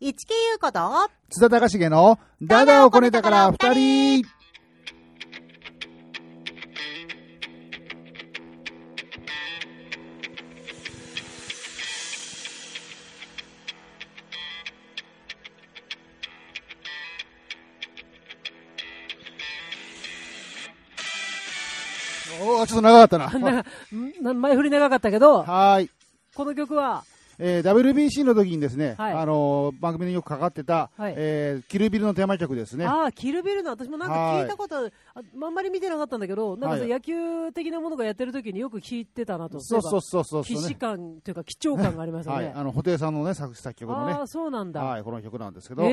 市木優子と、津田隆重のダダをこねたから二人おーちょっと長か ったな。な前振り長かったけど、はーい。この曲は、えー WBC の時にですね、はいあのー番組によくかかってた、はいえーキルビルのテーマ曲ですね。ああ、キルビルの、私もなんか聞いたことある、ああんまり見てなかったんだけど、なんかそはうい野球的なものがやってる時によく聞いてたなと。そうそうそうそう既そう、視ね。感というか、貴重感がありますよはい、ね。あの、布袋さんのね、作詞作曲のねあ、あ、そうなんだ。はい、この曲なんですけど、へえ。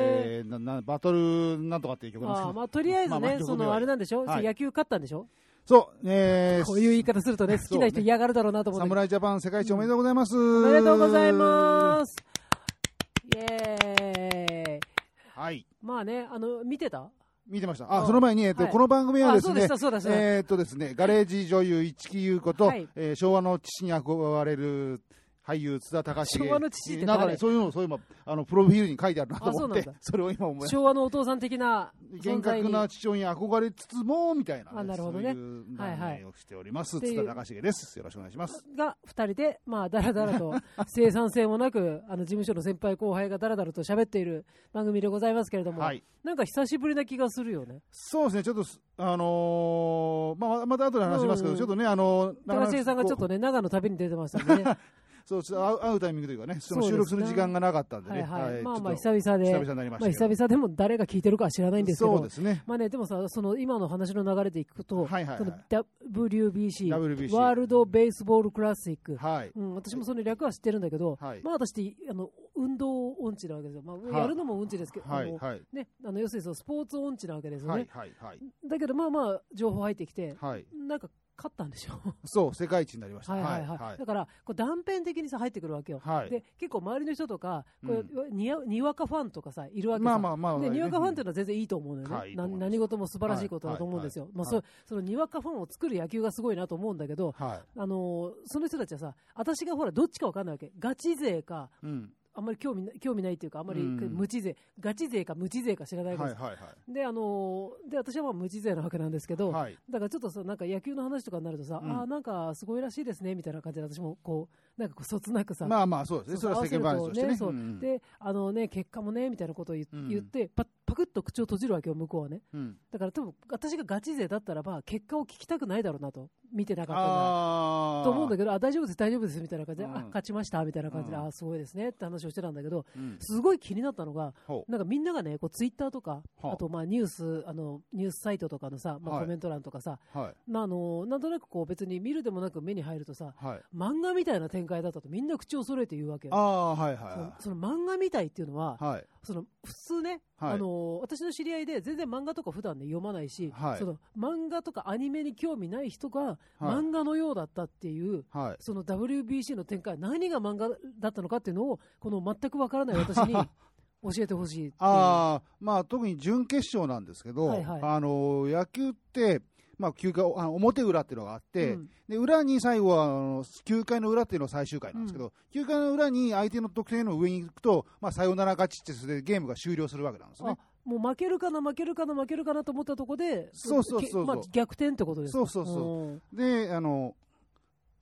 えーななバトルなんとかっていう曲なんですあけあど、まあ、とりあえずまね、あまあそのあれなんでしょ、はい野球勝ったんでしょ、そう、えーこういう言い方するとね、好きな人嫌がるだろうなと思って、侍ジャパン世界一おめでとうございます。。おめでとうございますす。イエーイ。はい、まあね、あの見てた見てました。あ、うんその前に、えっと、はいこの番組はあでそすうでねした、そうでしたえーっとですね、ガレージ女優市木優子と、はいえー昭和の父に憧れる俳優津田隆重昭和の父ってな誰んかね、そういうの、そういうの、あのプロフィールに書いてあるなと思っあて、そうなんそだれを今思い昭和のお父さん的な存厳在格に。な父親に憧れつつもみたいな、あなるほどねそういうはいはい番組をしております、っていう津田隆重ですよろしくお願いしますが2人で、まあ、だらだらと生産性もなく あの事務所の先輩後輩がだらだらと喋っている番組でございますけれども、はいなんか久しぶりな気がするよね。そうですねちょっとすあのーまあまた後で話しますけど、うんちょっとねあのーなかなか高重さんがちょっとね長野旅に出てました んでねそうちょっと会う会うタイミングというかねそのそうですね収録する時間がなかったんではねいはい、まあまあちょっ久と々で久々になりましたまあ、けど、久々でも誰が聞いてるかは知らないんですけどそうですねまあね、でもさその今の話の流れでいくはと、いはいはいこの WBC, WBC ワールド・ベースボール・クラシック、はいうん、私もその略は知ってるんだけど、はいまあ、私ってあの運動音痴なわけですよ、まあ、はいやるのも音痴ですけど、はあいのはいね、あの要するにそのスポーツ音痴なわけですよね、はいはいはいだけどまあまあ情報入ってきて、はいなんか勝ったんでしょそう世界一になりましたはいはいは い、はいだからこう断片的にさ入ってくるわけよ、はいで結構周りの人とかこうう、にわにわかファンとかさいるわけさ、まあまあまあでにわかファンっていのうのは全然いいと思うのよね、はいいいとな思います何事も素晴らしいことだと思うんですよ、はいまあはいそうそのにわかファンを作る野球がすごいなと思うんだけど、ははいあのーその人たちはさ、私がほらどっちか分かんないわけ、ガチ勢か、うんあんまり興味な興味ないっていうか、あんまりうん無知勢、ガチ勢か無知勢か知らなはいいわけはいです、はいであのーで私はまあ無知勢なわけなんですけど、はいだからちょっとさなんか野球の話とかになるとさ、うんああ、なんかすごいらしいですねみたいな感じで、私もこう、なんかこう、そつなくさ、まあまあそうですね。それは世間話としてね。そうう合わせるとんそうであのね結果もねみたいなことを言,、うん言ってパパクッと口を閉じるわけよ向こうはねうんだから多分私がガチ勢だったらば結果を聞きたくないだろうなと見てなかったからああ。と思うんだけけどあ大丈夫です大丈夫ですみたいな感じうで、んあ勝ちましたみたいな感じで、うんあすごいですねって話をしてたんだけどど。うんすごい気になったのがほうなんかみんながねこうツイッターとかはああとまあニュースあのニュースサイトとかのさ、まあ、はいコメント欄とかさ、はいまあ、あのなんとなくこう別に見るでもなく目に入るとさはい。漫画みたいな展開だったとみんな口を揃えて言うわけよああはいそのはその漫画みたいっていうのは、いはい。その普通ね、はいあのー私の知り合いで全然漫画とか普段ね読まないし、はいその漫画とかアニメに興味ない人がはい漫画のようだったっていう、はい。その WBC の展開何が漫画だったのかっていうのをこの全くわ からない私に教えてほしいっていうああまあ特に準決勝なんですけど、はいはいあの野球って。まあ、球界あの表裏っていうのがあって、うんで裏に最後はあの9回の裏っていうのは最終回なんですけど、9回の裏に相手の得点の上に行くと、まあ、サヨナラ勝ちってそれでゲームが終了するわけなんですね。もう負けるかな負けるかな負けるかなと思ったところでそうそうそうそうけまあ、逆転ってことですかそうそうそううんであの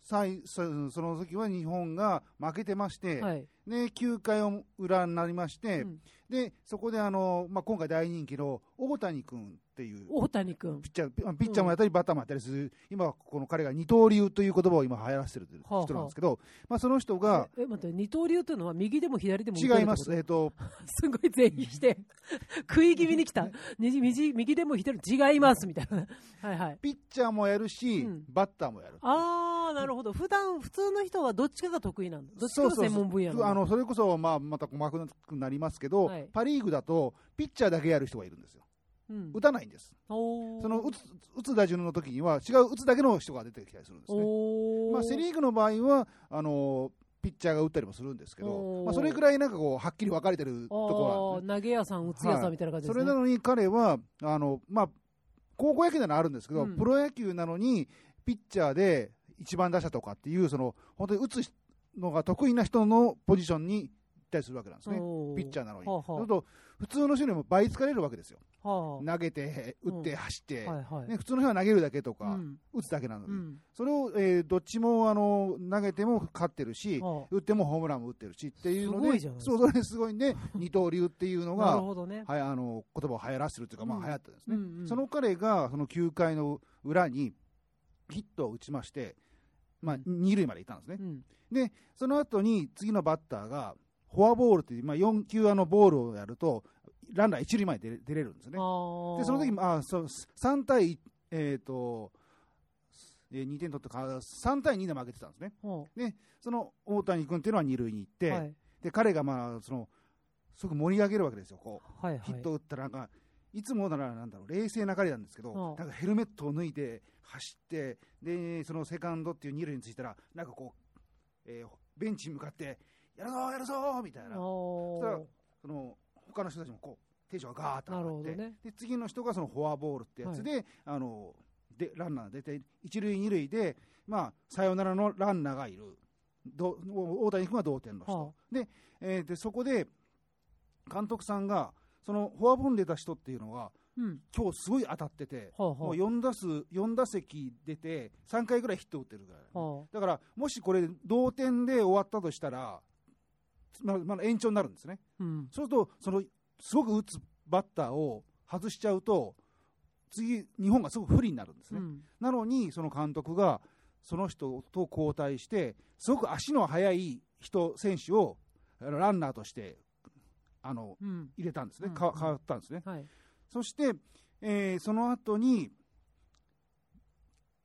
最そその時は日本が負けてまして、はいで9回裏になりまして、うんでそこであの、まあ、今回大人気の大谷君っていう大谷君ピッチャーピピッチャーもやったりバッターもやったりする、今はこの彼が二刀流という言葉を今流行らせてるはあはあ人なんですけど、まあ、その人がえ待って二刀流というのは右でも左でも打てる違っていこまとす、えー、と すごい全員して、食い気味に来た。右右右でも左でも違います、みたいな。はいはい。ピッチャーもやるし、うんバッターもやる。あー、なるほど。普段、普通の人はどっちかが得意なんだ。どっちそかうがそうそう専門分野なんだあのそれこそ、まあ、また細かくなりますけど、はいパ・リーグだとピッチャーだけやる人がいるんですよ、うん打たないんです、おーその打つ打つ打順の時には違う打つだけの人が出てきたりするんですね。おーまあ、セ・リーグの場合はあのピッチャーが打ったりもするんですけおど、ーまあ、それぐらいなんかこうはっきり分かれてるところなんですねあー投げ屋さん、打つ屋さんみたいな感じでそすね。れなのに彼はあの、まあ、高校野球ならあるんですけど、うんプロ野球なのにピッチャーで一番打者とかっていうその本当に打つのが得意な人のポジションにったりするわけなんですね、ピッチャーーなのに。はあはあそうすると、普通の人よりも倍疲れるわけですよ、は投げて、うん打って、走って、あ、はいはい。ね、普通の人は投げるだけとうか、ん、打つだけなのうに、ん、それを、えーどっちもあの投げても勝ってるし、は打ってもホームランも打ってるしっていうのすごで、いじゃないですそうそれすごいね、 二刀流っていうあ、のなるが、ほどね。はい、あの言葉を流行らせてるというか、まうあ、ん流行ったんですね、うんうんその彼がその9回の裏にヒットを打ちまして、まあ、二塁まで行ったんですねう、ん、その後に次のバッターがフォアボールという、まあ、4球あのボールをやると、ランナー一塁前に出れ出れるんですね。ああ。でその時あそう3対、えーとえー、2点取ったか3対2で負けてたんですね、はその大谷君っていうのは二塁に行っあ、て、はい、で彼がまあそのすごく盛り上げるわけですよ、こうはい、はい。ヒット打ったらなんか、いつもならなんだろう冷静な彼なんですけうどん、なんかヘルメットを脱いで走って、でそのセカンドっていう二塁についたら、なんかこう、えーベンチに向かって、やるぞー、やるぞーみたいあな、ーらその他の人たちもこうテンションがガーッとなる上ほがどって、ね。で次の人がそのフォアボールってやつで、あのでランナー出て、一塁、二塁で、まあ、サヨナラのランナーがいる、ど大谷君は同点の人、はでえーでそこで監督さんが、そのフォアボール出た人っていうのは、うん。今日すごい当たってて、はあ、もうは4打数四打席出て、3回ぐらいヒット打ってるぐらい、あ、はだから、もしこれ、同点で終わったとしたら、まだまだ延長になるんですね。あ、うん。そうすると、そのすごく打つバッターを外しちゃうと、次、日本がすごく不利になるんですうね。ん。なのに、その監督がその人と交代して、すごく足の速い人、選手をあのランナーとしてあのうん。入れたんですね、うんか変わったんですね。はい。そして、えーその後に、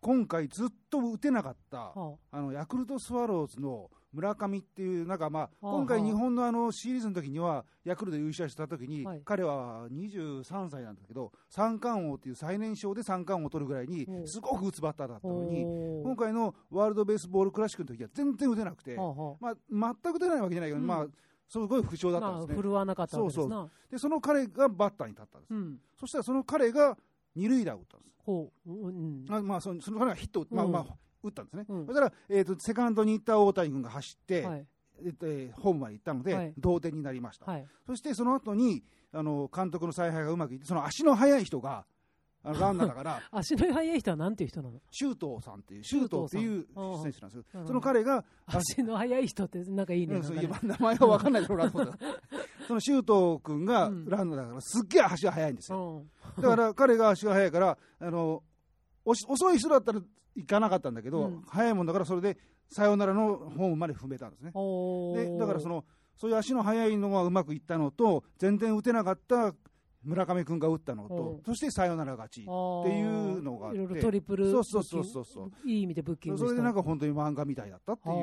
今回ずっと打てなかったはあのヤクルトスワローズの村上っていう、なんかまあ、あはあ今回、日本のあのシリーズの時には、ヤクルト優勝した時に、はい彼は23歳なんだけど、三冠王っていう最年少で三冠王を取るぐらいにお、うすごく打つバッターだっあ。たのに、おー今回のワールドベースボールクラシックの時は全然打てなくて、はあ、はまあ、全く出ないわけじゃないけど、うんまあ、すごい不調だあ。ったまんあ、です振ね。るわなかったわけですな。で、その彼がバッターに立ったんです。うん。そしたらその彼が二塁打を打ったんです。ほう。うん。まあ、まあ、そのその彼がヒットを、まあうんまあ、打ったんですね。うんそしたら、えーと、セカンドに行った大谷君が走って、はい。えっとえーホームまで行ったので、はい同点になりました、はい。、そしてその後にあの監督の采配がうまくいって、その足の速い人が、あのランナーだから 足の速い人はなんていう人なの周東さんっていう、周東っていう選手なんですよさんああその彼が、あ足の速い人ってなんかいいね。うなんんかそうねいえば名前が分かんないだろうなと思 ったその周東君がうんランナーだから、すっげえ足が速いんですうよ、ん。だから彼が足が速いから、あのおし遅い人だったら行かなかったんだけど、うん速いもんだから、それでさよならのホームまで踏めたんですね。おでーだからそのそういう足の速いのがうまくいったのと全然打てなかった村上君が打ったのうとんそしてサヨナラ勝ちっっていうのがあっていろいろトリプルそうそうそうそうそうブッキングいい意味でブッキングそれでなんかか本当に漫画みたいだったっていう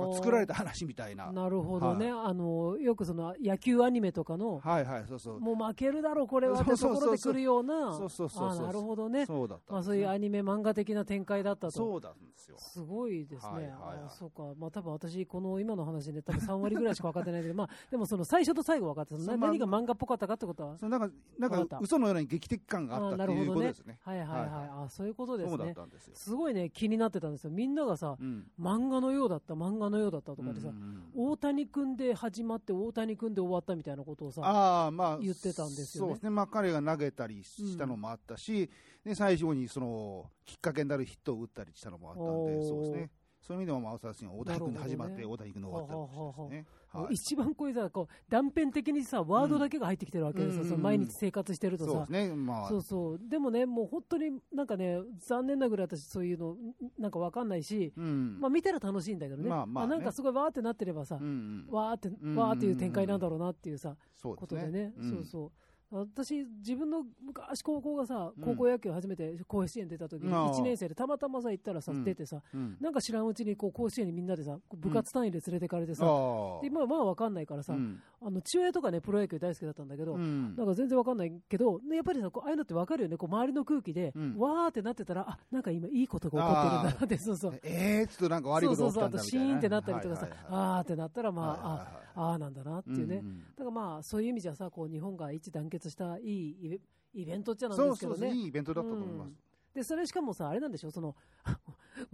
なんか作られた話みたいななるほどね、あのよくその野球アニメとかの、はいはいそうそうもう負けるだろうこれはってそうとそうそころうでくるようなそうそうそうそうあなるほどねそうだったまあ、そういうアアニメ漫画的な展開だったとそうなんですよすごいですはね、いはいはいあそうか、まあ多分私、この今の話ね、多分3割ぐらいしか分かってないけど、まあ、でもその最初と最後分かってた、そなう何が漫画っぽかったかってことは、そうなんかなわんかかった嘘のような劇的感があったっていうことですねはいはいはい、はいあそういうことですそうだっね、たんですよすごいね、気になってたんですよ、みんながさ、うん漫画のようだった、漫画のようだったとかでさ、うんうんうん大谷君で始まって、大谷君で終わったみたいなことをさ、ああまあ言ってたんですよそねうですね、まあ、彼が投げたりしたのもあったし、で最後にそのきっかけになるヒットを打ったりしたのもあったんおーで、そうですね、そういう意味では、まあ、大田君、大谷君で始まっなて、る大谷君の終わったんですね。もうはい一番こういうさ、こう断片的にさ、ワードだけが入ってきてるわけですよ、うんその毎日生活してるとそうさです。ね、まあそう、そうでもね、もう本当になんかね、残念なぐらい私、そういうのんなんかわかんないし、うん、まあ見たら楽しいんだけどね、まあまあねなんかすごいわーってなってればさう、んうんわーって、んわーっていう展開なんだろうなっていうさ、そうこですとでねね、うんそうそう。私、自分の昔、高校がさう、ん高校野球初めて甲子園出た時に、ああ1年生でたまたまさ、行ったらさ、うん出てさ、うんなんか知らんうちにこう甲子園にみんなでさ、こう部活単位で連れてかれてあさ、ーで今はまあ分かんないからさ、うんあの父親とかね、プロ野球大好きだったんだけど、うんなんか全然わかんないけど、ね、やっぱりさ、こうああいうのってわかるよね、こう周りの空気で、うんわーってなってたら、あなんか今、いいことが起こってるんだなって、そうそう、えー、ちょっとなんか悪いそこうそと起きたんうそう、あだみとシたいなーンねってなったりとかさ、はいはいはいあーってなったら、まあ、はいはいはいああーなんだなっていうんね、んだからまあ、そういう意味じゃさ、こう日本が一致団結したいいイベイベントっちゃなんそでうすけそうどそう、ね。いいイベントだったと思います。 で、それしかもさ、あれなんでしょ、その、ま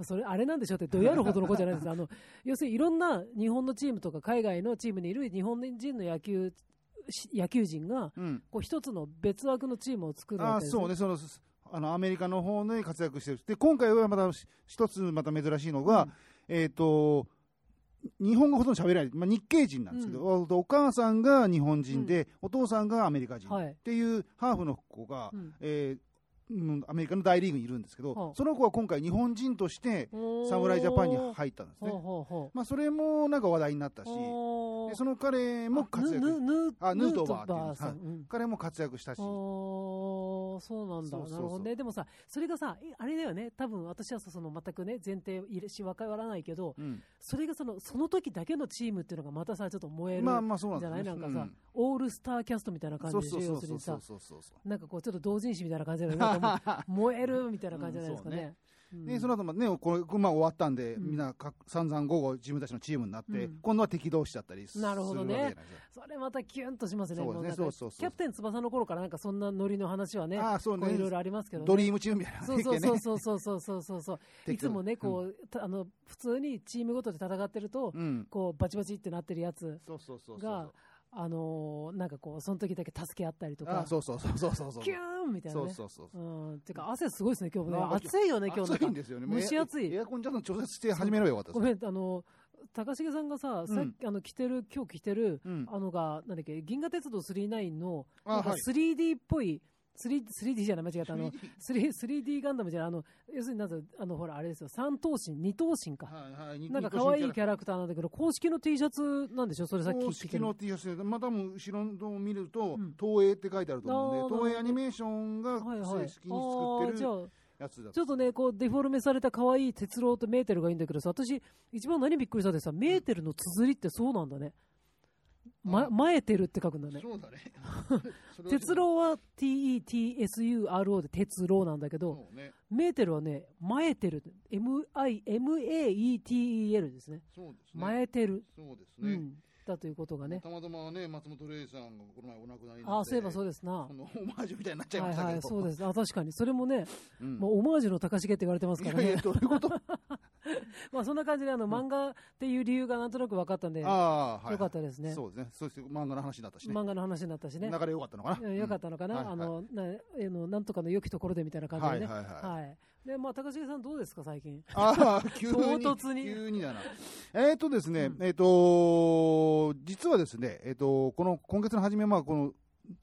あそれあれなんでしょうってどうやるほどの子じゃないですあの 要するにいろんな日本のチームとか海外のチームにいる日本人の野球し野球人がうん、こう一つの別枠のチームを作るあわあけですねそうねそのすあのアメリカの方で活躍してるで今回はまたし一つまた珍しいのが、うんえっ、と日本語ほとんど喋れない、まあ、日系人なんですけど、おお母さんが日本人で、お父さんがアメリカ人っはい、ていうハーフの子が、うんえーうんアメリカの大リーグにいるんですけど、はあその子は今回日本人として侍ジャパンに入ったんですほうね、ほうほうまあ、それもなんか話題になったしほうでその彼も活躍ぬぬぬあヌートバーっていうんヌですさんはうん彼も活躍したしあーそうなんだそうそうそうなるほどねでもさそれがさえあれだよね多分私はさその全くね前提いるし分からないけどうんそれがそのその時だけのチームっていうのがまたさちょっと燃えるまあまあそうなんじでゃすなねいなんかさ、うんオールスターキャストみたいな感じでしょそう要そうするそうにそさうそうそうそうなんかこうちょっと同人誌みたいな感じじゃない なんかもう燃えるみたいな感じじゃないですかね。うんでその後もねこれ、まあ、終わったんで、うんみんなか散々午後自分たちのチームになって、うん今度は敵同士だったりするなるほどねわけじゃないですかそれまたキュンとしますね。そうですねもなんかそうそうそうキャプテン翼の頃からなんかそんなノリの話はね、ああそうこうねいろいろありますけどね。ドリームチームみたいなそうねそうねそうそうそうそうそうそうそう。いつもね、こう、たあの、普通にチームごとで戦ってると、うん、うん、こう、バチバチってなってるやつそうそうそうそうが、あのー、なんかこう、その時だけ助け合ったりとああか、そうそうそうそうそうそうキューンみたいなそうね。そうそううん。てか、汗すごいですね、今日ねなん。か暑いよね、今日なん暑いかん。ですよねもう蒸し暑いエアコンちゃんと調節して始めればよかったですごめん、あの、高重さんがさ、さっき、あの、着てる、今日着てる、うんあのが、なんだっけ、銀河鉄道999の、あなんかはい 3D っぽい、3D, 3D じゃない、間違った、あの 3D、 3- 3D ガンダムじゃない、あの、要するになんかあの、ほら、あれですよ、三等身、二等身か。はいはいなんか可愛いキャャラクターなんだけど、公式の T シャツなんでしょそれさっき公聞いて式るの T シャツで、まあ、多分後ろのを見ると、うん東映って書いてあると思うんで、あー東映アニメーションがはいはい。正式に作ってあるーじゃあやつだちょっとね、こう、デフォルメされた可愛い鉄郎とメーテルがいいんだけどさ、私、一番何びっくりしたってさ、メーテルの綴りってそうなんだね。ま、マエテルって書くんだね。そう だね。それは鉄郎は TETSURO で鉄郎なんだけど、そうね。メーテルはね、マエテル、M-I-M-A-E-T-E-L ですね。そうですね。マエテル、そうですうね。ん、だということがね。たまたまね、松本零士さんがこの前お亡くなりになって。ああ、そういえばそううですなこ。のオマージュみたいになっちゃいはまいしたけど。。はい、そうですす。あ、確かに。それもね、うん、もうオマージュの高重って言われてますいかやいらね。や、どういうこと まあそんな感じで、あの、漫画っていう理由がなんとなく分かったんで、よああ、はい。かったですね。そうですね。そして漫画の話だったしね。漫画の話になったしね。流れ良かったのかな。うんよかったのかうんな。あ、の、な、えの、なんとかの良きところでみたいな感じはいでね。はいはいはいはい。で、まあ、高重さんどうですか、最近。ああ、急に。 唐突に急にだな。えっ、とですね、うんえっ、と実はですね、えっ、とこの今月の初め、まあ、この、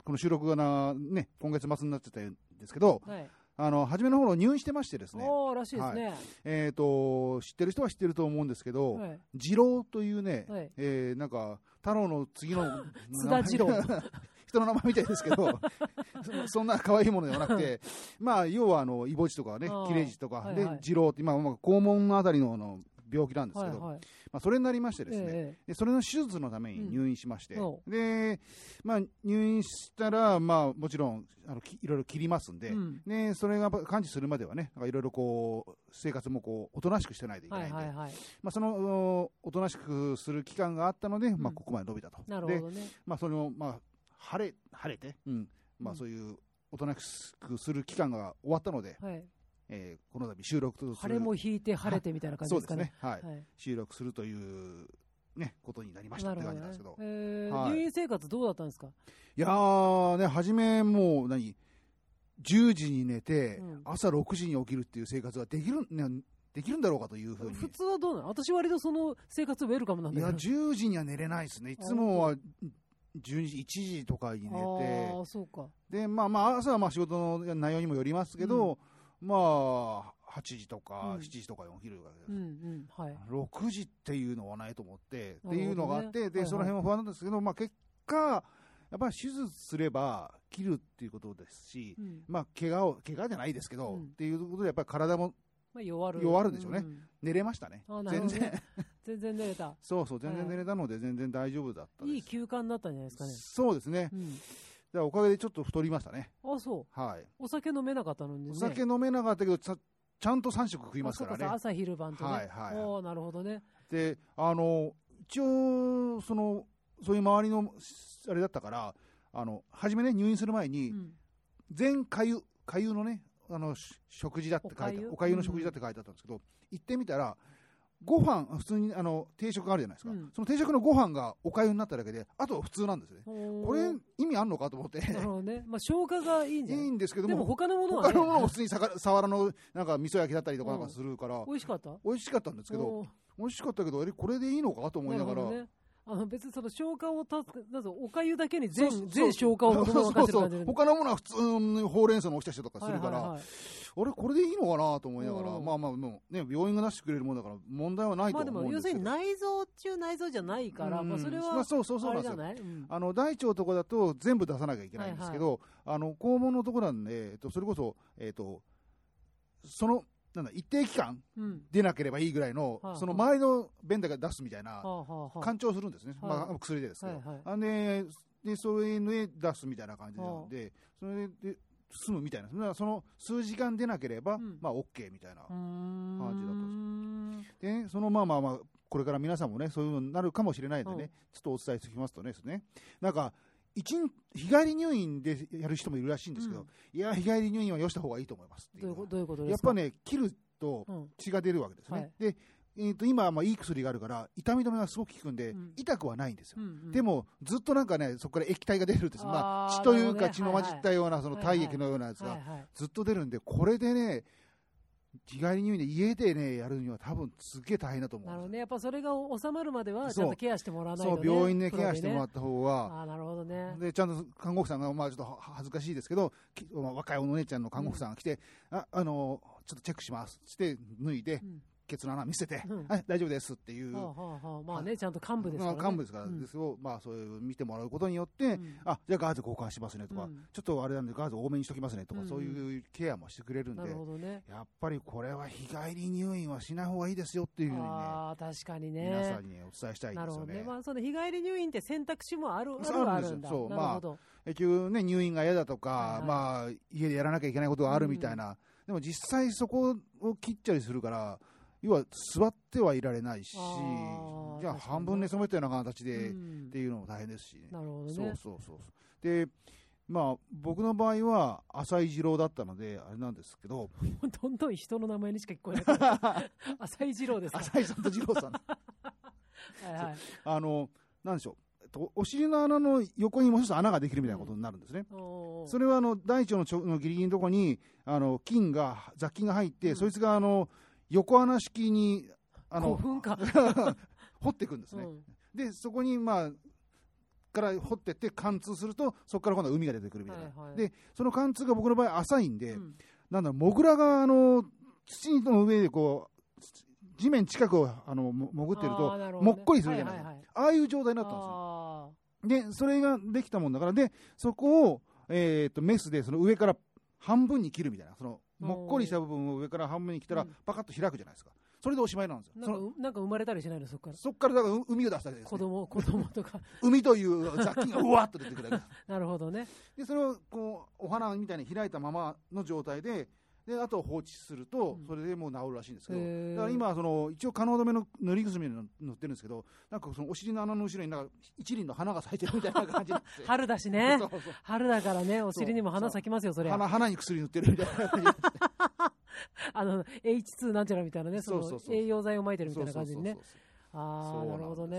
この収録がな、ね、今月末になってたんですけど、はい。あの、初めの頃入院してましてですね、おー、らしいですね。えっ、と、知ってる人は知ってると思うんですけど、はい。二郎というね、はいえーなんか、太郎の次の 津田二郎。 人の名前みたいですけど、 そそんな可愛いものではなくて、まあ、要はあの、イボジとかねあー、切れジとか、はいではい、二郎って、まあ、まあ肛門あたりのあの病気なんですはけいど、はい。まあ、それになりましてですね、えでそれの手術のために入院しまして、うんおで、まあ、入院したら、まあ、もちろん、あのきいろいろ切りますんえで、うん。ね、それが完治するまではね、なんかいろいろこう、生活もこう、おとなしくしてないといけはないんいで、はいはい。まあ、その、おおとなしくする期間があったので、まうあ、んここまで伸びたと。なるでほ、どね。まあ、その、まあ、晴れ、晴れて、うん、まうあ、んそういう、おとなしくする期間が終わったので、はい。えーこの度収録とする。晴れも引いて晴れてみたいな感じそうでですすかね。。ねはい。はい。収録するという、ね、ことになりましたなっるてほ感じなんでどねすけど。。えはーい入院生活どうだったんですかいやーね、初めもう何、10時に寝て、うん朝6時に起きるっていう生活はできる,、ね、できるんだろうかというふうに。普通はどうなの私割とその生活ウェルカムなんいや、だけど。 10時には寝れないですね。いつもは12時、1時とかにあ寝あ、そうか。て、で、まあまあ、朝はまあ仕事の内容にもよりますけど、まあ、8時とかうん7時とかに起きるわけです。うんうん、はい。 6時っていうのはないと思って、っなるほどてねいうのがあって、はいはで、いその辺は不安なんですけど、まあ結果、やっぱり手術すれば切るっていうことですし、うんまあ怪我を、怪我じゃないですけど、うんっていうことでやっぱり体もまあ、弱る。弱るんでしょうねん寝れましたね。あなるほ全どね然、 全然寝れた。そうそう、全然寝れたので全然大丈夫だったです。いい休暇になったんじゃないですかね。そうですね。じゃあおかげでちょっと太りましたね。うん、あ、そはい。う。お酒飲めなかったのにね。お酒飲めなかったけど、ちゃちゃんと3食食いますからあそうねか。朝昼晩とね。はいはいはいおーなるほどね。で、あの、一応、その、そういう周りの、あれだったから、あの、初めね、入院する前うに、ん。全下湯、下湯のね、あのし食事だって書いてあるお粥おかゆの食事だって書いてあったんですけど、行ってみたらご飯普通にあの定食があるじゃないですか、うんその定食のご飯がおかゆになっただけであとは普通なんですねここれ意味あんのかと思 ってなるほどね。まあ、消化がいいんいじゃないいんですけどでもも他のものは、他ね、のものも普通にさかさわらのなんか味噌焼きだったりとかなんかするから、美味しかったで美味しかったんですけど美味しかったけどあれこれでいいのかと思いながらね、あの別にその消化をたなんぞおかゆだけに全そうそう全消化を子供そうが任せ るそ感じうで他のものは普通にほうれん草のおひたしとかするから、はいはいはいあれこれでいいのかなと思いながら、うんまあまあもうね病院が出してくれるもんだから問題はないとまあ思でうもんで要すすけるどに内臓中内臓じゃないから、うんまあ、それはまあそうそうそうあなれんじですゃよない、うんあの大腸とかだと全部出さなきゃいけないんですけど、あの肛門のとこなんで、えっと、それこそ、えっと、そのなんだ一定期間うん出なければいいぐらいの、はいその周りの便だけ出すみたいはなあはあはあ干潮するんですね、はいまあ、薬でですけど、はいはいあんででそれで出すみたいな感じなんで、それで済むみたいなまあその数時間出なければ、うんまあ OK みたいな、うーん感じだったでねそのまあまあまあこれから皆さんもねそういうのになるかもしれないんでね、うんちょっとお伝えしておきますとねですねなんか一日日帰り入院でやる人もいるらしいんですけど、うんいや日帰り入院はよした方がいいと思いますっていどういううこのどういうことはでやっすかぱね切るとうん血が出るわけですね、はいで、えー、と今はまあいい薬があるから痛み止めがすごく効くんで、うん痛くはないんですようんうんでもずっとなんかね、そこから液体が出るんです、まああ、ー血というなるほどかね血の混じったような、そのはいはい体液のようなやつはいがはいずっと出るんで、これでね、日帰り入院で家でね、やるには多分すげえ大変だと思なるうほどんでねやっぱそれが収まるまではそうちゃんとケアしてもらわすないよ、と、そね、う病院でケアしてもらっった方が、ああーなるほどねでちゃんと看護婦さんが、まあ、ちょっとは恥ずかしいですけど、きまあ若いお姉ちゃんの看護婦さんが来て、ああのちょっとチェックしますって脱いでう、んケツの穴見せて、うんはい、大丈夫ですっていう、はあはあはあまあねちゃんと幹部ですから、ね、まあ幹部ですから、うんですよまあ、そういう見てもらうことによって、うんあじゃあガーゼ交換しますねとか、うんちょっとあれなんでガーゼ多めにしときますねとか、うんそういうケアもしてくれるんでなるほどねやっぱりこれは日帰り入院はしない方がいいですよっていうふうにねああ確かにね皆さんにねお伝えしたいんなでるすほよどねね、まあ、その日帰り入院って選択肢もあるあそうるはああるんるですよそんだうなるほど、結局ね入院が嫌だとか、はいはいまあ、家でやらなきゃいけないことがあるみたいな、でも実際そこを切っちゃりするから要は座ってはいられないしあーじゃあ確かにね半分寝そべったような形で、うっんていうのも大変ですしね。なるほどねそうそうそうそうでまあ僕の場合は浅井二郎だったのであれなんですけ どどんどん人の名前にしか聞 こえなくない浅井二郎ですか浅井さんと二郎さんはいはいあのなんでしょうえっとお尻の穴の横にもう一つ穴ができるみたいなことになるんですね、おーそれはあの大腸のちょのギリギリのところにあの菌が雑菌が入って、うんそいつがあの横穴式にあ古の墳か、 掘っていくんですうね、んでそこにまあから掘ってって貫通するとそこから今度は海が出てくるみたいな、はいはいでその貫通が僕の場合浅いんで、うんなんだろうモグラがあの土の上でこう土地面近くをあのも潜ってるあーとなほどねもっこりするじゃない,、はははああいう状態になったんですよあでそれができたもんだからでそこを、えー、とメスでその上から半分に切るみたいなそのもっこりした部分を上から半分に切ったらうんパカッと開くじゃないですかそれでおしまいなんですよーなそんかのうなんか生まれたりしないのそこからそこからだからう海を出したりです、子ね、供子供 とか 海という雑菌がうわっと出てくるだけですなるほどねでそれをこうお花みたいに開いたままの状態でであとは放置するとうんそれでもう治るらしいんですけど、へーだから今はその一応可能止めの塗り薬の塗ってるんですけどなんかそのお尻の穴の後ろになんか一輪の花が咲いてるみたいな感じなん ですよ春だしねそうそう春だからねお尻にも花そう咲きますよそれ花花に薬塗ってるみたいな 感じなんであの H2 なんちゃらみたいなねそそうそのうそう栄養剤をまいてるすみたいな感じにねそうそうそうそうああそうななんるほどね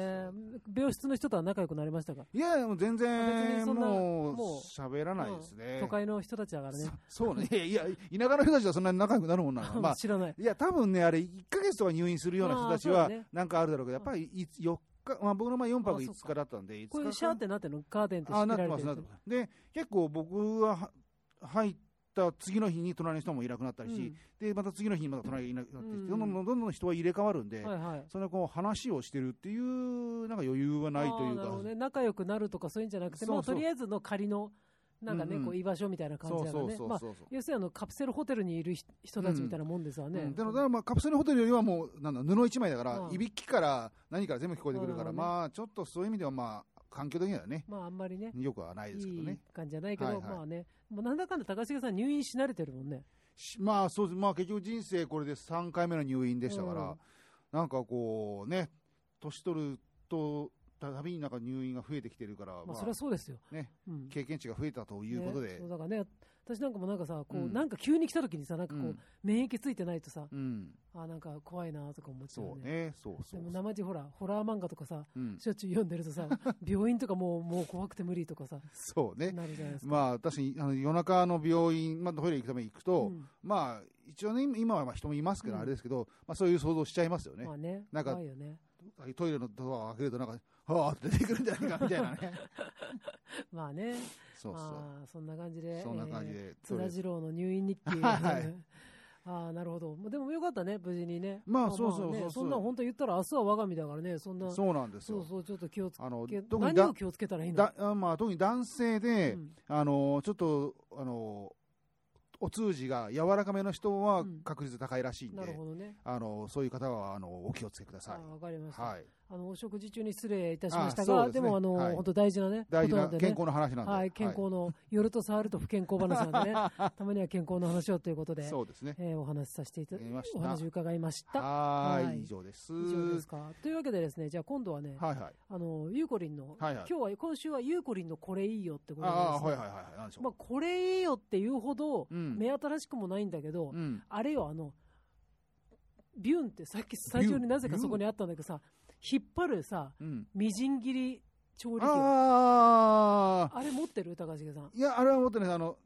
で病室の人とは仲良くなりましたかいやいやもう全別に然そんなもうもう喋らないですね、都会の人たちだからねそ そうねいやいや田舎の人たちはそんなに仲良くなるもんなのかなまあ 知らないいや、多分ね、あれ、1ヶ月とか入院するような人たちあーはそうだね、なんかあるだろうけど、やっぱりい4日、まあ、僕の前4泊あー5そっか日だったんで、5日こういう間シャーってなってるのガーデンってあー仕な切っらてまれてす、るなってます。で、結構僕はは入った次の日に隣の人もいなくなったりし、で、また次の日にまた隣がいなくなってきて、うんどんどんどんどんどん人は入れ替わるんうでん、、はいはいそんなこう話をしてるっていう、なんか余裕はないというあーなるかほど、ね、仲良くなるとかそういうんじゃなくそてうそうまあ、とりあえずの仮のなんかね、うんうんこう居場所みたいな感そじうだそようねそうまあそうそう。要するにあのカプセルホテルにいる人人たちみたいなもんですわね、うん、でもだからまあカプセルホテルよりはもうなんだ布一枚だから、うんいびきから何から全部聞こえてくるから、そうなのねまあちょっとそういう意味ではまあ環境的にはねまああんまりねよくはないいですけどねい感じじゃないけど、はいはいまあねもうなんだかんだ高重さん入院し慣れてるもんねしまあそうですまあ結局人生これで3回目の入院でしたから、うんなんかこうね年取るとたたびになんか入院が増えてきてるから、ままあ、あそれはそうですよ。ねうん経験値が増えたということねでそ。うだからね、私なんかもなんかさ、こう、うんなんか急に来た時にさ、なんかこう、うん免疫ついてないとさ、うん、あなんか怖いなとか思っちゃうよそうね。ね、そうそでうも生地ほら、ホラー漫画とかさ、うん、しょっちゅう読んでる とさ、病院とかもう、もう怖くて無理とかさ、そうね。なるじゃないですか。まあ、確かにあの夜中の病院、まあ、トイレ行くために行くと、うんまあ、一応ね、今はまあ人もいますけど、うんあれですけど、まあ、そういう想像しちゃいますよねま。あね、なんか怖いよね。トイレのドアを開けると、なんか、はあって出てくるんじゃないかみた いなね。まあね、そうそまあ、そんな感じう。で、そんな感じで。えー津田次郎の入院日 記。はい ああ、なるほど。まあでもよかったね、無事にね。まあそうそうそねうそうそんな本当言ったら、明日は我が身だからね、そんな、そうそうなんですそうよ。ちょっと気をつあのけ、特に何だを気をつけたらいいのだあまあ、特に男性で、うんあのちょっとあのお通じが柔らかめの人はうん確率高いらしいんで、なるほどね。あのそういう方はあのお気をつけくだあさーい。わかりました。はい、あのお食事中に失礼いたしましたあそうが、でですねもあの、はい本当大事なね、大事ことななんで健ね。康の話なんで、はい、健康の、夜と触ると不健康話 なんでね、たまには健康の話をということで、そうですね。えーお話しさせていたわかりましたお話伺いました。はーいはい以上です。以上ですか。というわけでですね、じゃあ今度はね、はいはい。あのゆうこりんの、はいはい今日は今週はゆうこりんのこれいいよってことでああすーねはいはいはいはいなんでしょう。まあこれいいよっていうほど、うん目新しくもないんだけど、うんあれよあのビュンってさっきスタジオになぜかそこにあったんだけどさ、引っ張るさうん。みじん切り調理器あああれ持ってる高重さん。いやあれはもっとねあの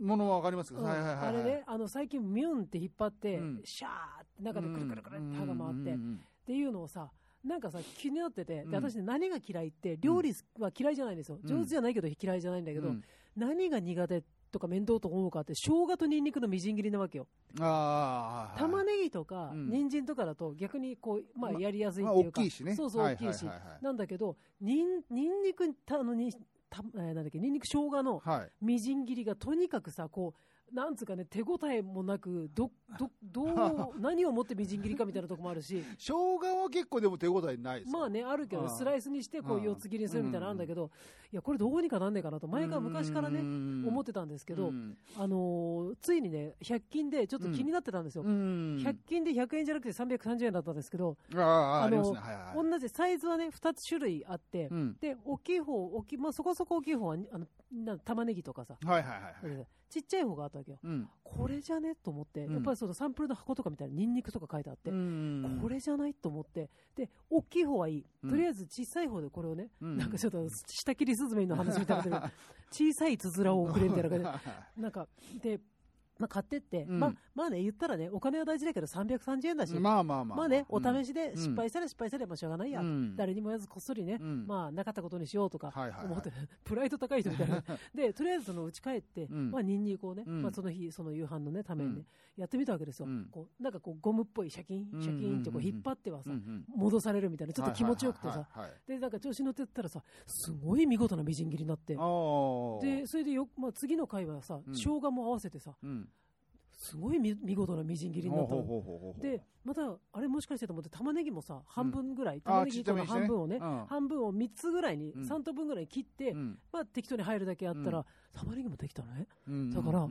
ものはわかりますけど、はいはいはいはい。あれね、あの最近、ミュンって引っ張って、うんシャーって中でくるくるくるって歯が回うっんうんうて、っんていうのをさ、なんかさ、気になってて、うんで私ね、何が嫌いって、料理は嫌いじゃないんですよ、うん上手じゃないけど嫌いじゃないんだけど、うん何が苦手とか面倒と思うかって、生姜とニンニクのみじん切りなわけよ、ああ玉ねぎとかうん人参とかだと、逆にこう、まあ、まやりやすいっまあていう大か、きいしね。そうそう、はい大はきいいはいし、はいなんだけど、にんにんにくたあのにた、えーなんだっけ、にんにく生姜の。はい。みじん切りがとにかくさこうなんつうかね手応えもなくどどど う何をもってみじん切りかみたいなとこもあるし生姜は結構でも手応えないですよまあねあるけあどあスライスにしてあこあう四つ切りにするみたいなのあるんだけどいやこれどうにかなんねえかなと前から昔からね思っててたんですたけどあのーついにね100均でちょっと気になってたんですよ100均で100円じゃなくて330円だったんですけどあああありのますねはいはいはい同じサイズはね2つ種類あってうんで大きい方大きいまあそこそこ大きい方はあのな玉ねぎとかさはいはいはいはいちっちゃい方があったわけようんこれじゃねと思って、うんやっぱりそのサンプルの箱とかみたいにニンニクとか書いてあって、うんこれじゃないと思って、で、大きい方はいい。うんとりあえず小さい方でこれをね、うんなんかちょっと下切りスズメの話みたいにな ってる 小さいつづらを送れみたいな感じで、なんか、で、まあ、買ってって、うんまあ、まあね、言ったらね、お金は大事だけど330円だし、 まあまあまあまあね、お試ししで失敗したら失敗したらまあしょうがないや。誰にも言わずこっそりね、うんまあなかったことにしようとかはいはいはい思ってる、 プライド高い人みた いな。で、とりあえずそのうち帰って、うんまあニンニクをね、うんまあその日、その夕飯のね、ためにうね、やってみたわけですよ。うんこうなんかこうゴムっぽいシャキン、シャキンってうんうんうんこううん引っ張ってはさ、ち戻されるみたいな、ちょっと気持ちよくてさ、あで、なんか調子乗ってったらさ、すごい見事なみじん切りになって、あで、それでよ、まあ次の回はさ、うん生姜も合わせてさ、うんすごいみ見事なみじん切りになったほの。うほうほうほうほうで、また、あれもしかしてと思って、玉ねぎもさ、半分ぐらい、あ玉あねちっぎちゃこめのにしてね半分をね、うん半分を3つぐらいに、うん3等分ぐらいに切って、うんまあ適当に入るだけやったら、う玉ねぎもできたのね。うんだからうんう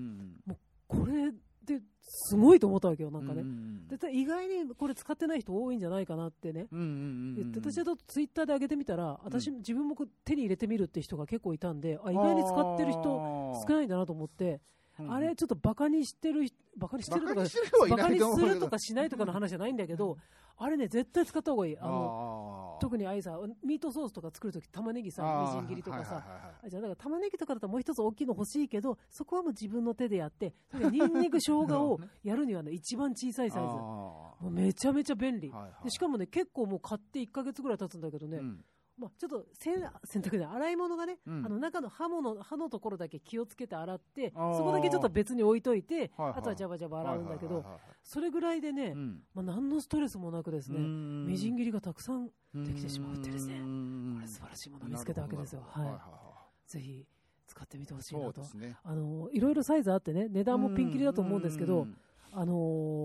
んこれってすごいと思ったわけよ、なんかね。ううんで意外にこれ使ってない人多いんじゃないかなってね。うんうんうん言うっんて私はちょっとツイッターで上げてみたら、私、自分もこう手に入れてみるって人が結構いたんで、あ、意外に使ってる人少ないんだなと思って、あーあれちょっとバカにしてる人、バカにしてるとか、バカにバカにしてるはいないと思うすけどるとかしないとかの話じゃないんだけど、あれね、絶対使った方がいい。あのあー特にあれさ、ミートソースとか作るとき、玉ねぎさ、みじん切りとかさ、あーはいはいはいはいあじゃあだから玉ねぎとかだともう一つ大きいの欲しいけど、そこはもう自分の手でやって、それでニンニ ク生姜をやるにはね、一番小さいサイズ。もあうめちゃめちゃ便利。ーはいはいでしかもね、結構もう買って1ヶ月ぐらい経つんだけどね、うんまあ、ちょっとせん洗濯で洗い物がね、うんあの中の刃物、刃のところだけ気をつけて洗って、あーそこだけちょっと別に置いといて、はいはいあとはジャバジャバ洗うんだけど、はいはいはいはいそれぐらいでね、うんまあ、何のストレスもなくですね、みじん切りがたくさん、うんできてしまうってですねうんこれ素晴らしいものを見つけたわけですよ。なるほはどいなるほどはいはいはいぜひ使ってみてほしいそうなでと。すね。あのいろいろサイズあってね、値段もピンキリだと思うんですけど、あのー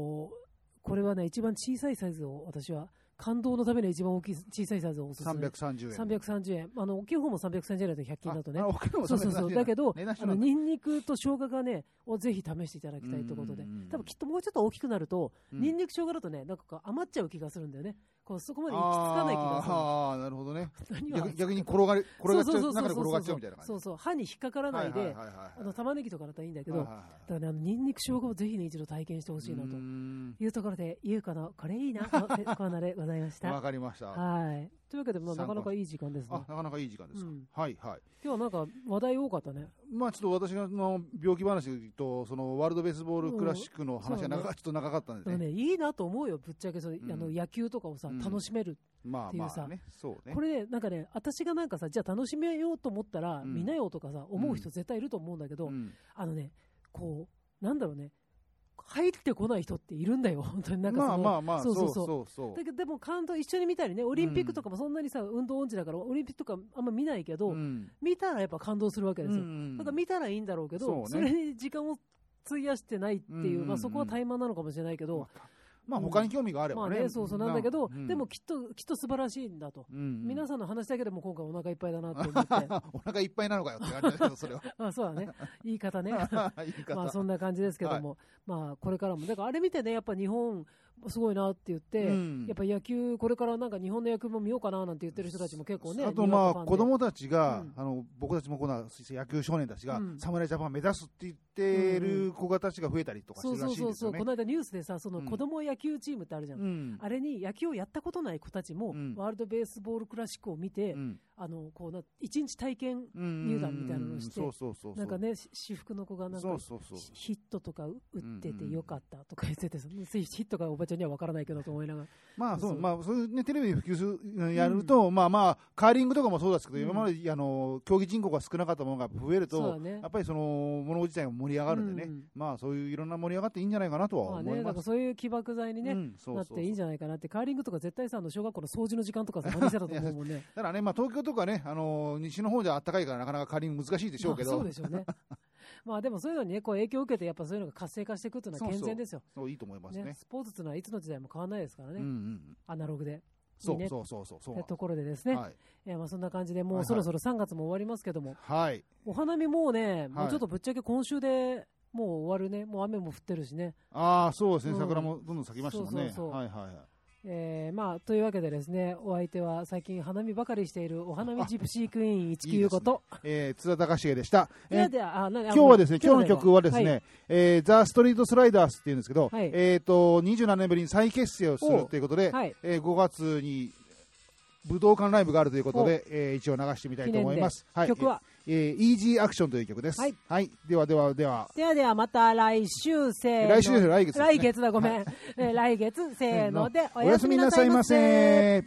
これはね、一番小さいサイズを私は、感動のために一番大きい小さいサイズをおすす三め百。三十円。 330円。あの、大きい方も330円だと100均だとね。あ。あ僕らもそうそうそう。だけど、値段一あ緒なの、んだニンニクと生姜がね、をぜひ試していただきたいということでうんうんうん。多分きっともうちょっと大きくなると、うんニンニク生姜だとね、なんかこう余っちゃう気がするんだよね。こうそこまで行き着かない気がする。ああ、なるほどね。 何は逆逆に転がり、転がっちゃ、そうそ中でそ転がっちゃうみたいな感じ。そうそう、歯に引っかからなはいいで、はいはいはいあの玉ねぎとかだったらいいんだけど、はいだはいかはいらね、あのニンニク生姜をぜひね、一度体験してほしいなとうーんいうところで、ゆうかのこれい いなのコーナーでございましわた。かりました。あ、はい。というわけで、まあ、なかなかいい時間ですねな。かなかいい時間ですかうん。はいはい。今日はなんか話題多かったね。まあちょっと私の病気話と、そのワールドベースボールクラシックの話は長うんそうかちょっと長かったんででもね。ね、いいなと思うよ、ぶっちゃけそれ、うんあの野球とかをさうん、楽しめる。まあまっていうあさね、そうねこ。れね、なんかね、私がなんかさ、じゃあ楽しめようと思ったら、うん見なよとかさ、思う人絶対いると思うんだけど、うんあのね、こう、なんだろうね、入ってこない人っているんだよ、本当になんかそまあのまあまあ、そそううそうそうそうそうだ。けどでも感動一緒に見たりねオリンピックとかもそんなにさ、運動音痴だからオリンピックとかあんま見ないけど、うん見たらやっぱ感動するわけですよ、うんなんか見たらいいんだろうけどそそうねれに時間を費やしてないっていう、うんまあ、そこは怠慢なのかもしれないけど、まあ他に興味があれまばあね。ねそうそうなんだけど、うんでも、きっときっと素晴らしいんだと、皆皆さんの話だけでも今回お腹いっぱいだなと 思ってお腹いっぱいなのかよって感じだけど、 それは。あそうだね言い方ね 言い方。まあそんな感じですけども、まあこれからもだからあれ見てねやっぱ日本すごいなって言って、うんやっぱ野球これからなんか日本の野球も見ようかななんて言ってる人たちも結構ねあとまあにわかファンで子供たちが、うんあの僕たちもこの野球少年たちが、うん侍ジャパン目指すって言ってる子がたちが増えたりとかすそうるそらうしいんそうですそう、よねこ。の間ニュースでさ、そのうん子供野球チームってあるじゃん。うんあれに野球をやったことない子たちも、うんワールドベースボールクラシックを見て、うんあのこうな一日体験、うん入団みたいなのをしてそうそうそうそうなんかね、し私服の子がなんかそうそうそうヒヒットとか打ってうんうてんよかったとか言ってて、そのヒットがおばちゃんには分からないけどと思いながら、まあそうそうまあそういうねテレビで普及するやると、まあまあカーリングとかもそうですけど、うん今まであの競技人口が少なかったものが増えるそうと、だねやっぱりそのもの自体が盛り上がるんでね、うんまあそういういろんな盛り上がっていいんじゃないかなとはまあ思ね、いなんまかす。そういう起爆剤にね、うんそうなそうそっうていいんじゃないかなって、カーリングとか絶対さ、あの小学校の掃除の時間とかさ、話してたと思うもんね。ただね、まあ、東京とかね、あのー西の方じゃ暖かいから、なかなかカーリング難しいでしょうけど、まあそうでしょう ね。まあでもそういうのにね、こう影響を受けて、やっぱそういうのが活性化していくっていうのは健全ですよ。そういいと思いますね。ね、スポーツっていうのはいつの時代も変わらないですからね、うんうんうん、アナログで。そいいねうそうそうそうそうっなんてですところでですね、はい、えーまあそんな感じではいもはういそろそろ3月も終わりますけども、はい、お花見もうね、もはういちょっとぶっちゃけ今週でもう終わるね、もう雨も降ってるしね。ああ、そうですね、うん桜もどんどん咲きましたもんね。そうそうそうはいはいはいえーまあ、というわけでですね、お相手は最近花見ばかりしているお花見ジプシークイーン一木優子と、えー、津田隆重でした、えーではでは今日はですね、今日の曲はですね、、えー、ザ・ストリート・スライダースっていうんですけど、はいえっ、と、27年ぶりに再結成をするということあで、なはい、えー、5月に武道館ライブがあるということで、えー、一応流してみたいと思います。はい、曲は、えー、イージーアクションという曲です。ははいい。ではではでは。ではではまた来週せーの来週ですよ来月ですね来月だごめん、えー来月せーのでおやすみなさいませ。